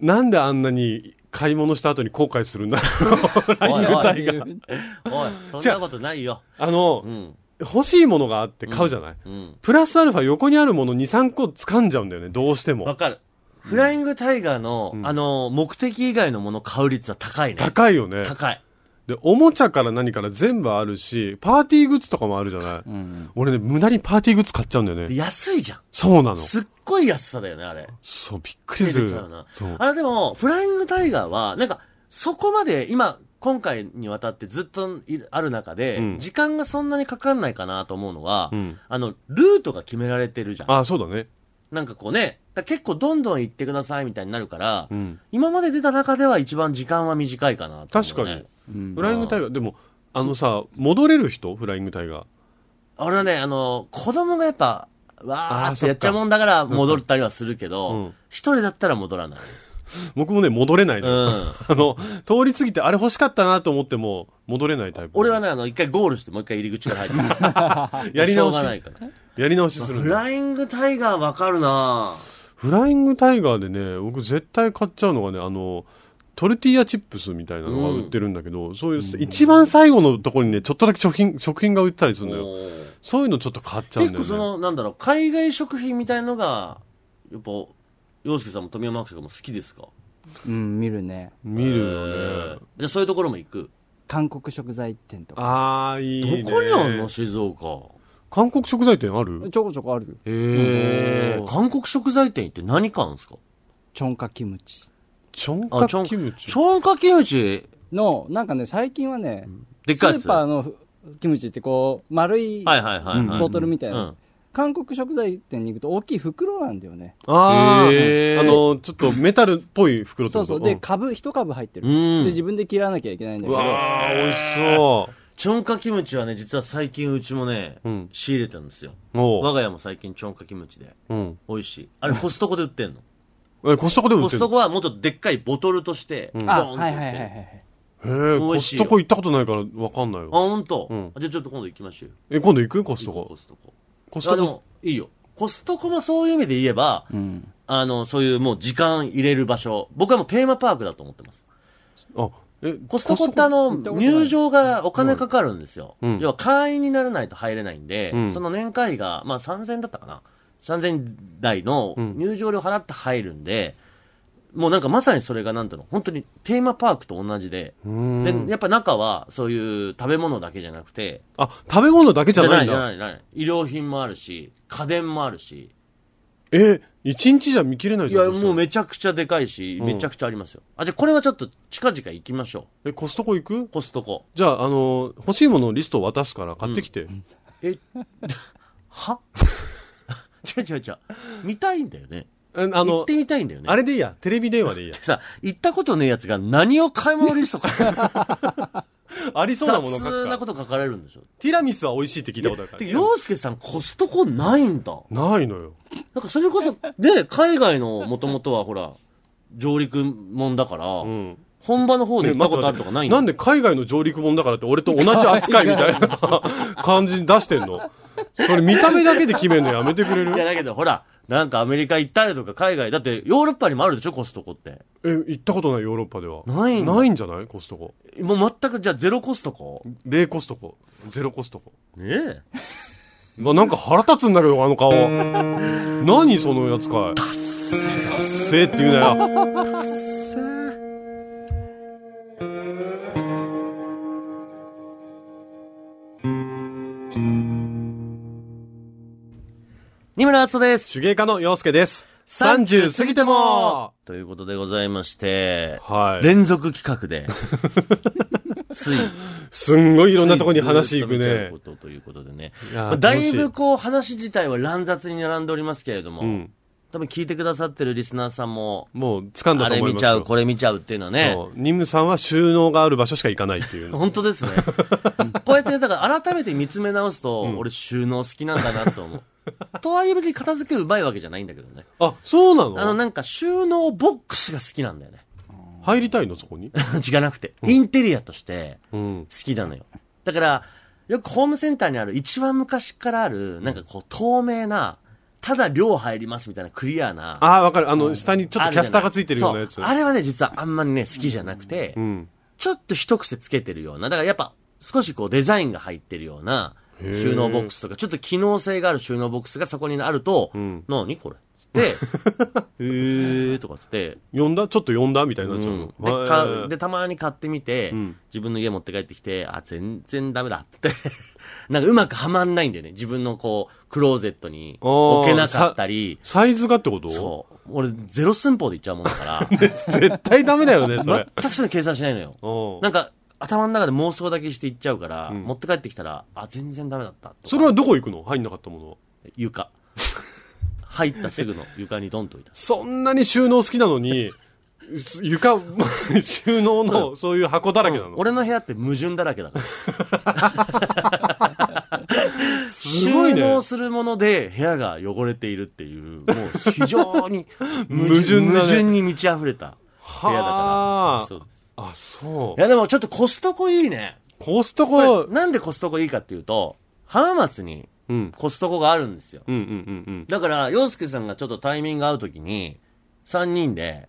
[SPEAKER 3] なんであんなに買い物した後に後悔するんだ
[SPEAKER 2] おいおい、
[SPEAKER 4] あ
[SPEAKER 2] お
[SPEAKER 4] い
[SPEAKER 2] いう そんなことないよ。
[SPEAKER 3] あの、
[SPEAKER 2] うん。
[SPEAKER 3] 欲しいものがあって買うじゃない、
[SPEAKER 2] うん。
[SPEAKER 3] プラスアルファ横にあるもの2、3個掴んじゃうんだよね、どうして
[SPEAKER 2] わ
[SPEAKER 3] も。
[SPEAKER 2] かる。フライングタイガーの、あの、目的以外のもの買う率は高いね。
[SPEAKER 3] 高いよね。
[SPEAKER 2] 高い。
[SPEAKER 3] で、おもちゃから何から全部あるし、パーティーグッズとかもあるじゃない、
[SPEAKER 4] うん。
[SPEAKER 3] 俺ね、無駄にパーティーグッズ買っちゃうんだよ
[SPEAKER 2] で
[SPEAKER 3] ね。
[SPEAKER 2] 安いじゃん。
[SPEAKER 3] そうなの。
[SPEAKER 2] すっごい安さだよね、あれ。
[SPEAKER 3] そう、びっくり
[SPEAKER 2] 出
[SPEAKER 3] す
[SPEAKER 2] て
[SPEAKER 3] る
[SPEAKER 2] ちゃうな。。
[SPEAKER 3] そう。
[SPEAKER 2] あれでも、フライングタイガーは、なんか、そこまで今、今回にわたってずっといある中で、
[SPEAKER 3] うん
[SPEAKER 2] 時間がそんなにかかんないかなと思うのは、
[SPEAKER 3] うん
[SPEAKER 2] あの、ルートが決められてるじゃん。
[SPEAKER 3] あ、そうだね。
[SPEAKER 2] なんかこうね、だから結構どんどん行ってくださいみたいになるから、
[SPEAKER 3] うん。
[SPEAKER 2] 今まで出た中では一番時間は短いかなと思
[SPEAKER 3] 確
[SPEAKER 2] う、
[SPEAKER 3] か
[SPEAKER 2] ね。
[SPEAKER 3] に。。フライングタイガー、でも、あのさ、戻れる人フライングタイガー。
[SPEAKER 2] 俺はね、あの、子供がやっぱ、わ
[SPEAKER 3] あ
[SPEAKER 2] ー
[SPEAKER 3] ー
[SPEAKER 2] ってやっちゃうもんだから戻ったりはするけ
[SPEAKER 3] うんうん
[SPEAKER 2] ど、一、人だったら戻らない。
[SPEAKER 3] 僕もね、戻れないの
[SPEAKER 2] う
[SPEAKER 3] よ、
[SPEAKER 2] ん。
[SPEAKER 3] あの、通り過ぎて、あれ欲しかったなと思っても、戻れないタイプ。
[SPEAKER 2] 俺はね、あの、一回ゴールして、もう一回入り口から 入って
[SPEAKER 3] やり直し
[SPEAKER 2] ょうがないから。
[SPEAKER 3] やり直しする
[SPEAKER 2] フ
[SPEAKER 3] の
[SPEAKER 2] ライングタイガーわかるな
[SPEAKER 3] フライングタイガーでね、僕絶対買っちゃうのがね、あの、トルティーヤチップスみたいなのが売ってるんだけど、そういう、一番最後のところにね、ちょっとだけ食品、食品が売ってたりするんだよ。
[SPEAKER 2] おー
[SPEAKER 3] そういうのちょっと買っちゃうんだ
[SPEAKER 2] 結
[SPEAKER 3] よね。
[SPEAKER 2] 構その、なんだろう、海外食品みたいのが、やっぱ、洋介さんも富山学者も好きですか
[SPEAKER 4] うん、見るね。
[SPEAKER 3] 見るよね。
[SPEAKER 2] じゃあそういうところも行く。
[SPEAKER 4] 韓国食材店とか。
[SPEAKER 3] あー、いいね。
[SPEAKER 2] どこにあんの静岡。
[SPEAKER 3] 韓国食材店ある
[SPEAKER 4] ちょこちょこあるよ。
[SPEAKER 3] へー。
[SPEAKER 2] 韓国食材店って何買うんですか
[SPEAKER 4] チョンカキムチ。
[SPEAKER 3] チョン
[SPEAKER 2] あ
[SPEAKER 3] カ
[SPEAKER 2] チョン
[SPEAKER 3] キムチ
[SPEAKER 2] チ。ョンカキムチ
[SPEAKER 4] の、なんかね、最近はね、
[SPEAKER 2] でっ
[SPEAKER 4] ス
[SPEAKER 2] かいやつ
[SPEAKER 4] ーパーのキムチってこう、丸い
[SPEAKER 2] はいはいはいはい。。
[SPEAKER 4] ボトルみたいうなん韓国食材店に行くと大きい袋なんだよね。
[SPEAKER 3] あ
[SPEAKER 2] へ
[SPEAKER 3] ー。
[SPEAKER 2] ー
[SPEAKER 3] あの、ちょっとメタルっぽい袋って
[SPEAKER 4] そ
[SPEAKER 3] こと
[SPEAKER 4] うそう。で、
[SPEAKER 3] ん
[SPEAKER 4] 株、一株入ってる。
[SPEAKER 2] う
[SPEAKER 4] で、
[SPEAKER 2] ん
[SPEAKER 4] 自分で切らなきゃいけないんだ
[SPEAKER 3] う
[SPEAKER 4] けど。
[SPEAKER 3] わー、美味しそ
[SPEAKER 2] チョンカキムチはね、実は最近うちもね
[SPEAKER 3] うん、
[SPEAKER 2] 仕入れたんですよ。
[SPEAKER 3] う。お
[SPEAKER 2] 我
[SPEAKER 3] う。
[SPEAKER 2] が家も最近チョンカキムチで。
[SPEAKER 3] うん。
[SPEAKER 2] 美味しい。あれコストコで売って んの。
[SPEAKER 3] え、コストコで売
[SPEAKER 2] コ
[SPEAKER 3] って
[SPEAKER 2] ス
[SPEAKER 3] る
[SPEAKER 2] トコはもっとでっかいボトルとして、
[SPEAKER 3] ん
[SPEAKER 2] ド
[SPEAKER 4] あ、
[SPEAKER 2] ーンって売
[SPEAKER 4] はい
[SPEAKER 2] って
[SPEAKER 4] はいはいは
[SPEAKER 2] る
[SPEAKER 4] い。
[SPEAKER 3] へー
[SPEAKER 2] 美
[SPEAKER 3] コ
[SPEAKER 2] 味し
[SPEAKER 3] ス
[SPEAKER 2] いよ
[SPEAKER 3] トコ行ったことないからわかんない
[SPEAKER 2] あ、
[SPEAKER 3] わ。
[SPEAKER 2] ほんと
[SPEAKER 3] うん
[SPEAKER 2] あじゃあちょっと今度行きましょうよ。
[SPEAKER 3] え、今度行くコスト
[SPEAKER 2] 行こう
[SPEAKER 3] コ
[SPEAKER 2] コ。ストコ。
[SPEAKER 3] コス
[SPEAKER 2] あ、
[SPEAKER 3] ト
[SPEAKER 2] で
[SPEAKER 3] コ。
[SPEAKER 2] も、いいよ。コストコもそういう意味で言えば、
[SPEAKER 4] うん。
[SPEAKER 2] あの、そういうもう時間入れる場所。僕はもうテーマパークだと思ってます。
[SPEAKER 3] あ、え、
[SPEAKER 2] コストコってあの
[SPEAKER 4] 行った、ことない
[SPEAKER 2] 入場がお金かかるんですよ。
[SPEAKER 3] うん
[SPEAKER 2] 要は会員にならないと入れないんで、
[SPEAKER 3] うん
[SPEAKER 2] その年会費が、まあ3000だったかな。3000台の入場料払って入るんで、もうなんかまさにそれがなんだろう、本当にテーマパークと同じで、
[SPEAKER 3] うん
[SPEAKER 2] で、やっぱ中はそういう食べ物だけじゃなくて、
[SPEAKER 3] あ、食べ物だけじゃないん
[SPEAKER 2] じゃな
[SPEAKER 3] だ。
[SPEAKER 2] い、じゃない、医療品もあるし、家電もあるし、
[SPEAKER 3] え、一日じゃ見切れない
[SPEAKER 2] い
[SPEAKER 3] じゃ
[SPEAKER 2] や、
[SPEAKER 3] ん。
[SPEAKER 2] もうめちゃくちゃでかいし、
[SPEAKER 3] うん
[SPEAKER 2] めちゃくちゃありますよ。あ、じゃあこれはちょっと近々行きましょ
[SPEAKER 3] え、コストコ行く
[SPEAKER 2] う。コストコ。
[SPEAKER 3] じゃあ、あの、欲しいもののリストを渡すから買ってきて。
[SPEAKER 2] は 違う違う違う。見たいんだよね。
[SPEAKER 3] えあ
[SPEAKER 2] あの、行っ
[SPEAKER 3] の、
[SPEAKER 2] てみたいんだよね。。
[SPEAKER 3] あれでいいや。テレビ電話でいいや
[SPEAKER 2] さ、行ったことねえやつが何を買い物リストか、
[SPEAKER 3] あり そうなも の
[SPEAKER 2] 雑
[SPEAKER 3] 書く
[SPEAKER 2] な
[SPEAKER 3] か
[SPEAKER 2] こ。と書かれるんでしょ。
[SPEAKER 3] ティラミスは美味しいって聞いたことあるから
[SPEAKER 2] で、。洋介さんコストコないんだ。
[SPEAKER 3] ないのよ。
[SPEAKER 2] なんかそれこ そ、ね、海外のもともとはほら、上陸もんだから、
[SPEAKER 3] うん。
[SPEAKER 2] 本場の方で行ったことあるとかないんだ。
[SPEAKER 3] なんで海外の上陸本だからって俺と同じ扱いみたいな 感じに出してんのそれ見た目だけで決めるのやめてくれる
[SPEAKER 2] いや、だけどほら、なんかアメリカ行ったりとか海外、だってヨーロッパにもあるでしょ、コストコって。
[SPEAKER 3] え、行ったことないヨーロッパでは。
[SPEAKER 2] ないんだ
[SPEAKER 3] ないんじゃないコストコ。
[SPEAKER 2] もう全くじゃあゼロコストコ
[SPEAKER 3] 0コストコ。ゼロコストコ。
[SPEAKER 2] ねえ。
[SPEAKER 3] うわなんか腹立つんだけど、あの顔。何そのやつかい。達成。達成って言うなよ。
[SPEAKER 2] 二村敦です。
[SPEAKER 3] 手芸家の洋介です。
[SPEAKER 2] 30過ぎてもということでございまして、
[SPEAKER 3] はい。
[SPEAKER 2] 連続企画で、つい、
[SPEAKER 3] すん ごいいろんなとこに話行く
[SPEAKER 2] ついずっと見ちゃう
[SPEAKER 3] ね
[SPEAKER 2] こ。とということでね。
[SPEAKER 3] いやー
[SPEAKER 2] まあだい
[SPEAKER 3] 楽し
[SPEAKER 2] ぶこう話自体は乱雑に並んでおりますけれども、
[SPEAKER 3] うん
[SPEAKER 2] 多分聞いてくださってるリスナーさんも、
[SPEAKER 3] もう掴んだ
[SPEAKER 2] あ
[SPEAKER 3] と
[SPEAKER 2] れ
[SPEAKER 3] 思い
[SPEAKER 2] 見
[SPEAKER 3] ま
[SPEAKER 2] ち
[SPEAKER 3] す
[SPEAKER 2] ゃ
[SPEAKER 3] よ
[SPEAKER 2] う、。これ見ちゃうっていうのはね、
[SPEAKER 3] そう。ニムさんは収納がある場所しか行かないってい う。
[SPEAKER 2] 本当 ですね。こうやって、だから改めて見つめ直すと、俺収納好きなんだなと思う。とはいえ別に片付けうまいわけじゃないんだけどね。
[SPEAKER 3] あ、そうなの
[SPEAKER 2] あの、なんか収納ボックスが好きなんだよね。
[SPEAKER 3] 入りたいのそ こに。
[SPEAKER 2] 違うなくて。インテリアとして
[SPEAKER 3] う
[SPEAKER 2] 好。
[SPEAKER 3] ん
[SPEAKER 2] きなのよ。だから、よくホームセンターにある一番昔からある、なんかこう透明な、ただ量入りますみたいなクリアな。
[SPEAKER 3] ああ、わかる。あの、下にちょっとキャスターがついてるようなやつ。
[SPEAKER 2] そうあれはね、実はあんまりね、好きじゃなくて、
[SPEAKER 3] うん。
[SPEAKER 2] ちょっと一癖つけてるような、だからやっぱ少しこうデザインが入ってるような
[SPEAKER 3] へー
[SPEAKER 2] 収納ボックスとか、ちょっと機能性がある収納ボックスがそこにあると、
[SPEAKER 3] ん
[SPEAKER 2] 何これつっ て、へーとかつって、
[SPEAKER 3] 呼んだちょっと呼んだみたいになっちゃう
[SPEAKER 2] うん
[SPEAKER 3] の
[SPEAKER 2] で。
[SPEAKER 3] はい
[SPEAKER 2] かで、たまに買ってみて、
[SPEAKER 3] ん
[SPEAKER 2] 自分の家持って帰ってきて、あ、全然ダメだって。 なんかうまくはまんないんだよね。自分のこう、クローゼットに
[SPEAKER 3] あー
[SPEAKER 2] 置けなかったり。
[SPEAKER 3] サイズがってこと
[SPEAKER 2] そう。俺、ゼロ寸法でいっちゃうもんだ から、
[SPEAKER 3] 絶対ダメだ よね、それ。
[SPEAKER 2] 全くそういうの計算しないのよ。
[SPEAKER 3] うん
[SPEAKER 2] なんか、頭の中で妄想だけしていっちゃうから、持って帰ってきたら、あ、全然ダメだった。
[SPEAKER 3] それはどこ行くの入んなかったものは。
[SPEAKER 2] 床。入ったすぐの床にドンと置いた。
[SPEAKER 3] そんなに収納好きなのに、す床、 収納のそういう箱だらけなの。
[SPEAKER 2] 俺の部屋って矛盾だらけだから。
[SPEAKER 3] すごいね
[SPEAKER 2] 収納するもので部屋が汚れているっていう、もう非常 に
[SPEAKER 3] 矛盾だね
[SPEAKER 2] 矛盾に満ち溢れた部屋だか
[SPEAKER 3] はあ
[SPEAKER 2] ら。そうです。
[SPEAKER 3] あ、そ。
[SPEAKER 2] いうやでもちょっとコストコいいね。
[SPEAKER 3] コスト
[SPEAKER 2] こ
[SPEAKER 3] コ
[SPEAKER 2] れ、なんでコストコいいかっていうと、浜松に
[SPEAKER 3] うん。
[SPEAKER 2] コストコがあるんですよ。
[SPEAKER 3] うんうん
[SPEAKER 2] だから、洋介さんがちょっとタイミング合うときに、3人で、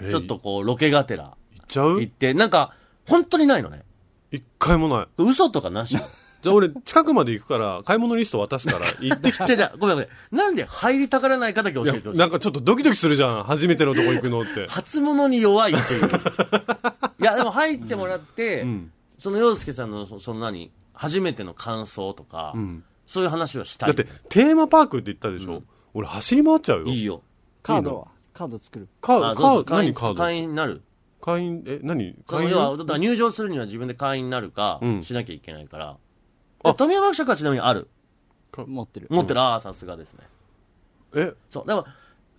[SPEAKER 3] うんうん。
[SPEAKER 2] ちょっとこう、ロケがてら
[SPEAKER 3] え。行っちゃう
[SPEAKER 2] 行って、なんか、本当にないのね。
[SPEAKER 3] 一回もない。
[SPEAKER 2] 嘘とか なし。じ
[SPEAKER 3] じゃあ俺、近くまで行くから、買い物リスト渡すから、 行ってきて。
[SPEAKER 2] ゃじゃごめんごめん。なんで入りたがらないかだけ教えてほしい
[SPEAKER 3] なん。かちょっとドキドキするじゃん。初めてのとこ行くのって。
[SPEAKER 2] 初物に弱いって いう。いや、でも入ってもらって、
[SPEAKER 3] ん
[SPEAKER 2] その洋介さんの、そその何初めての感想とか、
[SPEAKER 3] ん
[SPEAKER 2] そういう話はした
[SPEAKER 3] だっ
[SPEAKER 2] い。
[SPEAKER 3] て、テーマパークって言ったでしょ。俺走り回っちゃうよ。
[SPEAKER 2] いいよ。
[SPEAKER 4] カードはカード作る
[SPEAKER 3] カー
[SPEAKER 2] あ
[SPEAKER 3] ド、
[SPEAKER 2] そうそう会
[SPEAKER 3] カード、何
[SPEAKER 2] 員
[SPEAKER 3] カード
[SPEAKER 2] 会員になる。
[SPEAKER 3] 会員、え、何
[SPEAKER 2] その
[SPEAKER 3] 会員
[SPEAKER 2] 要はだから入場するには自分で会員になるか
[SPEAKER 3] う、ん
[SPEAKER 2] しなきゃいけないから。
[SPEAKER 3] あ
[SPEAKER 2] 富山学者はちなみにある。
[SPEAKER 4] 持ってる
[SPEAKER 2] 持ってる、ああ、さすがですね。
[SPEAKER 3] え、
[SPEAKER 2] そう。でも、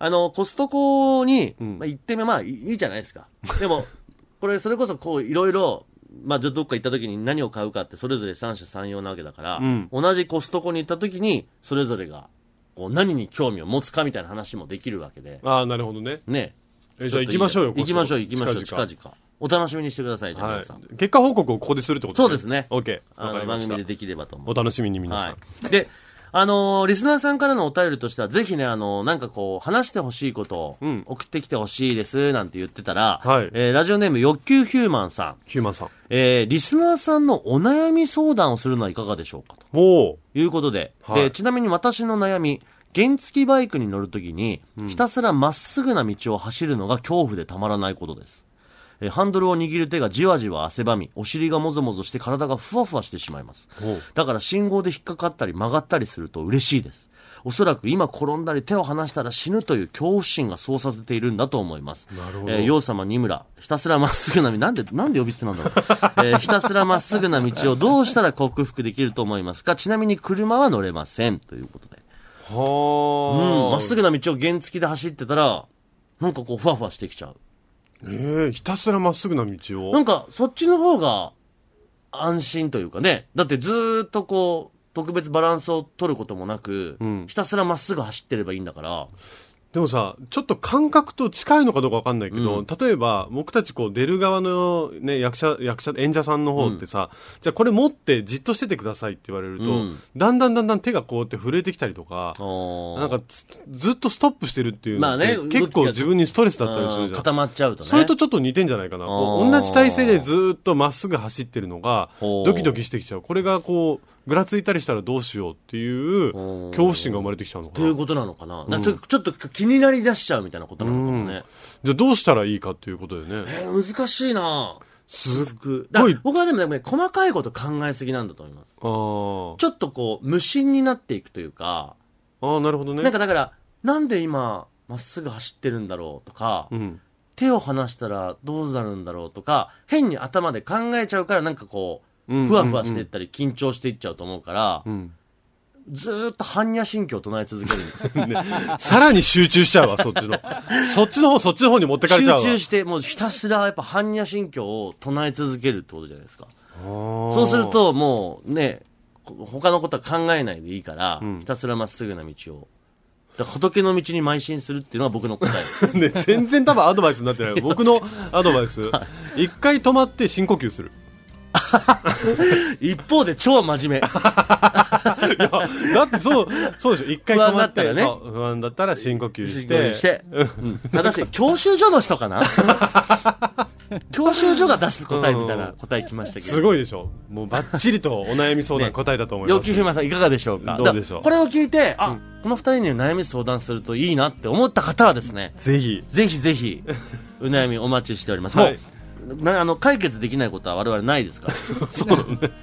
[SPEAKER 2] あの、コストコに、
[SPEAKER 3] ん
[SPEAKER 2] まあ、行ってみ、まあ、いいいいじゃないですか。でも、 これ、それこそ、こう、いろいろ、まあ、じゃあどっか行った時に何を買うかって、それぞれ三者三様なわけだから、
[SPEAKER 3] ん
[SPEAKER 2] 同じコストコに行った時に、それぞれが、こう、何に興味を持つかみたいな話もできるわけで、
[SPEAKER 3] ああ、なるほどね。
[SPEAKER 2] ね。
[SPEAKER 3] え、じゃあ行きましょうよ。
[SPEAKER 2] 行きましょう、
[SPEAKER 3] こ
[SPEAKER 2] 行
[SPEAKER 3] こ
[SPEAKER 2] きましょう、
[SPEAKER 3] 近
[SPEAKER 2] 近
[SPEAKER 3] 々
[SPEAKER 2] 々。お楽しみにしてください、じゃあ
[SPEAKER 3] は
[SPEAKER 2] 皆さん。
[SPEAKER 3] い。結果報告をここでするってこと
[SPEAKER 2] そうですね
[SPEAKER 3] OK。
[SPEAKER 2] あ
[SPEAKER 3] わか
[SPEAKER 2] の、
[SPEAKER 3] りま
[SPEAKER 2] 番
[SPEAKER 3] し
[SPEAKER 2] 組
[SPEAKER 3] た
[SPEAKER 2] で。できればと思います
[SPEAKER 3] お楽しみに皆さ
[SPEAKER 2] は
[SPEAKER 3] ん。
[SPEAKER 2] い。で、あのーリスナーさんからのお便りとしては、ぜひね、あのーなんかこう、話してほしいことを
[SPEAKER 3] ん
[SPEAKER 2] 送ってきてほしいです、なんて言ってたら、
[SPEAKER 3] はい
[SPEAKER 2] えーラジオネーム欲求ヒューマンさん、
[SPEAKER 3] ヒューマンさん。
[SPEAKER 2] えーリスナーさんのお悩み相談をするのはいかがでしょうかと
[SPEAKER 3] おー。
[SPEAKER 2] いうことで、
[SPEAKER 3] はい
[SPEAKER 2] で、ちなみに私の悩み、原付バイクに乗るときに、ひたすらまっすぐな道を走るのが恐怖でたまらないことです。えーハンドルを握る手がじわじわ汗ばみ、お尻がもぞもぞして体がふわふわしてしまいます。だから信号で引っかかったり曲がったりすると嬉しいです。おそらく今転んだり手を離したら死ぬという恐怖心がそうさせているんだと思います。なるほど。えー、王様二村、ひたすらまっすぐな道、なんで、なんで呼び捨てなんだろう。 えーひたすらまっすぐな道をどうしたら克服できると思いますかちなみに車は乗れません。ということで。うん、
[SPEAKER 3] はあ。
[SPEAKER 2] まっすぐな道を原付で走ってたら、なんかこうふわふわしてきちゃう。
[SPEAKER 3] ええひたすらまっすぐな道
[SPEAKER 2] な
[SPEAKER 3] を。
[SPEAKER 2] んか、そっちの方が、安心というかね。だってずーっとこう、特別バランスを取ることもなく、
[SPEAKER 3] ん
[SPEAKER 2] ひたすらまっすぐ走ってればいいんだから、
[SPEAKER 3] でもさ、ちょっと感覚と近いのかどうかわかんないけど、例えば、僕たちこう出る側のね、役者、役者、演者さんの方ってさ、じゃあこれ持ってじっとしててくださいって言われると、
[SPEAKER 2] うん
[SPEAKER 3] だんだんだんだん手がこうやって震えてきたりとか、
[SPEAKER 2] な
[SPEAKER 3] なんかつずっとストップしてるっていうのって
[SPEAKER 2] まあね
[SPEAKER 3] 結構自分にストレスだったりするじゃん。
[SPEAKER 2] 固まっちゃうとね。
[SPEAKER 3] それとちょっと似てんじゃないかな。こう
[SPEAKER 2] あー
[SPEAKER 3] 同じ体勢でずーっとまっすぐ走ってるのが、
[SPEAKER 2] ほう
[SPEAKER 3] ドキドキしてきちゃう。これがこう、ぐらついたりしたらどうしようっていう
[SPEAKER 2] ほう
[SPEAKER 3] 恐怖心が生まれてきちゃうの
[SPEAKER 2] と
[SPEAKER 3] か
[SPEAKER 2] い
[SPEAKER 3] な
[SPEAKER 2] う。ことなのかな。なんかちょっと気になり出しちゃうみたいなことなのかもね。
[SPEAKER 3] じゃあどうしたらいいかっていうことでね。
[SPEAKER 2] えー難しいな
[SPEAKER 3] すっ
[SPEAKER 2] 服。だ
[SPEAKER 3] ごい、
[SPEAKER 2] 僕はでもね、細かいこと考えすぎなんだと思います。
[SPEAKER 3] あー
[SPEAKER 2] ちょっとこう、無心になっていくというか、
[SPEAKER 3] あー、なるほどね。
[SPEAKER 2] なんかだから、なんで今、まっすぐ走ってるんだろうとか、
[SPEAKER 3] うん。
[SPEAKER 2] 手を離したらどうなるんだろうとか、変に頭で考えちゃうからなんかこ
[SPEAKER 3] うん
[SPEAKER 2] う、ふわふわしていったり緊張していっちゃうと思うから、
[SPEAKER 3] ん
[SPEAKER 2] ずーっと般若心経を唱え続け るんです
[SPEAKER 3] ねさらに集中しちゃうわ、そっち の。そっちの方、そっちの方に持ってかれ
[SPEAKER 2] 集
[SPEAKER 3] ちゃうわ。
[SPEAKER 2] 中して、もうひたすらやっぱ般若心経を唱え続けるってことじゃないですか。
[SPEAKER 3] そ
[SPEAKER 2] そうする、ともうね、こ他のことは考えないでいいから、
[SPEAKER 3] ん
[SPEAKER 2] ひたすらまっすぐな道を。だから仏の道に邁進するっていうのが僕の答え です。
[SPEAKER 3] ね、全然多分アドバイスになってない。僕のアドバイス。一回止まって深呼吸する。
[SPEAKER 2] 一方で超真面目。
[SPEAKER 3] だってそう、そうでしょ。一回
[SPEAKER 2] 不安
[SPEAKER 3] 止ま
[SPEAKER 2] だ
[SPEAKER 3] って、
[SPEAKER 2] ったらね
[SPEAKER 3] そう不安だったら深呼吸し。
[SPEAKER 2] しててうんただし教習所の人か な教習所が出す答えみたいな答えきましたけ
[SPEAKER 3] す
[SPEAKER 2] ど
[SPEAKER 3] ごいでしょ。もうバッチリとお悩み 相談答えだと思い
[SPEAKER 2] 陽
[SPEAKER 3] ます。
[SPEAKER 2] 気ひまさんいかがでしょうか
[SPEAKER 3] どうでしょう
[SPEAKER 2] だからこれを聞いてあ、この二人に悩み相談するといいなって思った方はですね
[SPEAKER 3] ぜひ。
[SPEAKER 2] ぜひぜひお悩みお待ちしております、
[SPEAKER 3] はい
[SPEAKER 2] もうなあの解決できないことは我々ないですから そう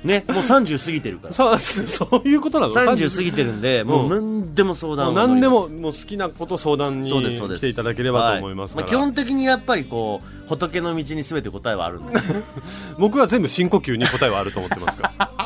[SPEAKER 2] ねもう30過ぎてるから
[SPEAKER 3] さ、そういうことなの
[SPEAKER 2] 30過ぎてるんでもう
[SPEAKER 3] う
[SPEAKER 2] 何でも相
[SPEAKER 3] も
[SPEAKER 2] 談
[SPEAKER 3] う
[SPEAKER 2] を
[SPEAKER 3] 何でも、もう好きなこと相談に
[SPEAKER 2] そうですそうです
[SPEAKER 3] 来ていただければと思いますか
[SPEAKER 2] は
[SPEAKER 3] ら。
[SPEAKER 2] いまあ、基本的にやっぱりこう仏の道に全て答えはあるんで
[SPEAKER 3] 僕は全部深呼吸に答えはあると思ってますから。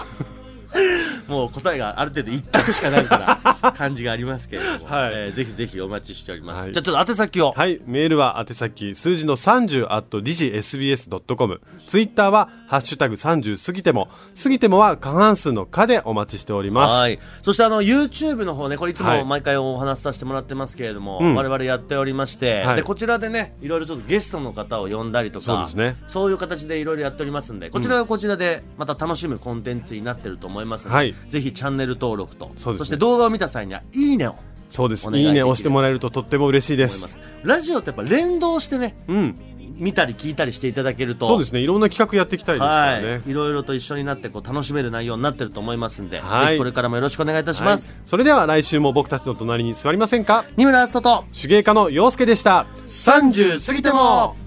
[SPEAKER 2] もう答えがある程度一択しかない から感じがありますけれども、
[SPEAKER 3] はい
[SPEAKER 2] えーぜひぜひお待ちしております、
[SPEAKER 3] はい
[SPEAKER 2] じゃあちょっと宛先を、
[SPEAKER 3] はい、メールは宛先数字の30 at digsbs.com ツイッターはハッシュタグ30過ぎても過ぎてもは過半数の課でお待ちしております
[SPEAKER 2] はいそしてあの YouTube の方ねこれいつ
[SPEAKER 3] は
[SPEAKER 2] も
[SPEAKER 3] い
[SPEAKER 2] 毎回お話しさせてもらってますけれども、
[SPEAKER 3] うん
[SPEAKER 2] 我々やっておりまして、
[SPEAKER 3] はい
[SPEAKER 2] でこちらでねいろいろちょっとゲストの方を呼んだりとか
[SPEAKER 3] そうですね
[SPEAKER 2] そういう形でいろいろやっておりますんでこちらはこちらでまた楽しむコンテンツになってると思いますので、
[SPEAKER 3] はい
[SPEAKER 2] ぜひチャンネル登録と
[SPEAKER 3] そうですね
[SPEAKER 2] して動画を見た際には「いいね」を
[SPEAKER 3] そうです
[SPEAKER 2] お願い
[SPEAKER 3] いい
[SPEAKER 2] でき
[SPEAKER 3] ね
[SPEAKER 2] れば
[SPEAKER 3] 押してもらえるととっても嬉しいで
[SPEAKER 2] 思いますすラジオってやっぱ連動してね
[SPEAKER 3] うん
[SPEAKER 2] 見たり聞いたりしていただけると
[SPEAKER 3] そうですねいろんな企画やっていきたいですからね
[SPEAKER 2] はいいろいろと一緒になってこう楽しめる内容になってると思いますんで、
[SPEAKER 3] はい
[SPEAKER 2] ぜひこれからもよろしくお願いいたし
[SPEAKER 3] は
[SPEAKER 2] ま
[SPEAKER 3] い
[SPEAKER 2] す、
[SPEAKER 3] それでは来週も僕たちの隣に座りませんか
[SPEAKER 2] 二村敦人と
[SPEAKER 3] 手芸家の陽介でした
[SPEAKER 2] 30過ぎても
[SPEAKER 4] 「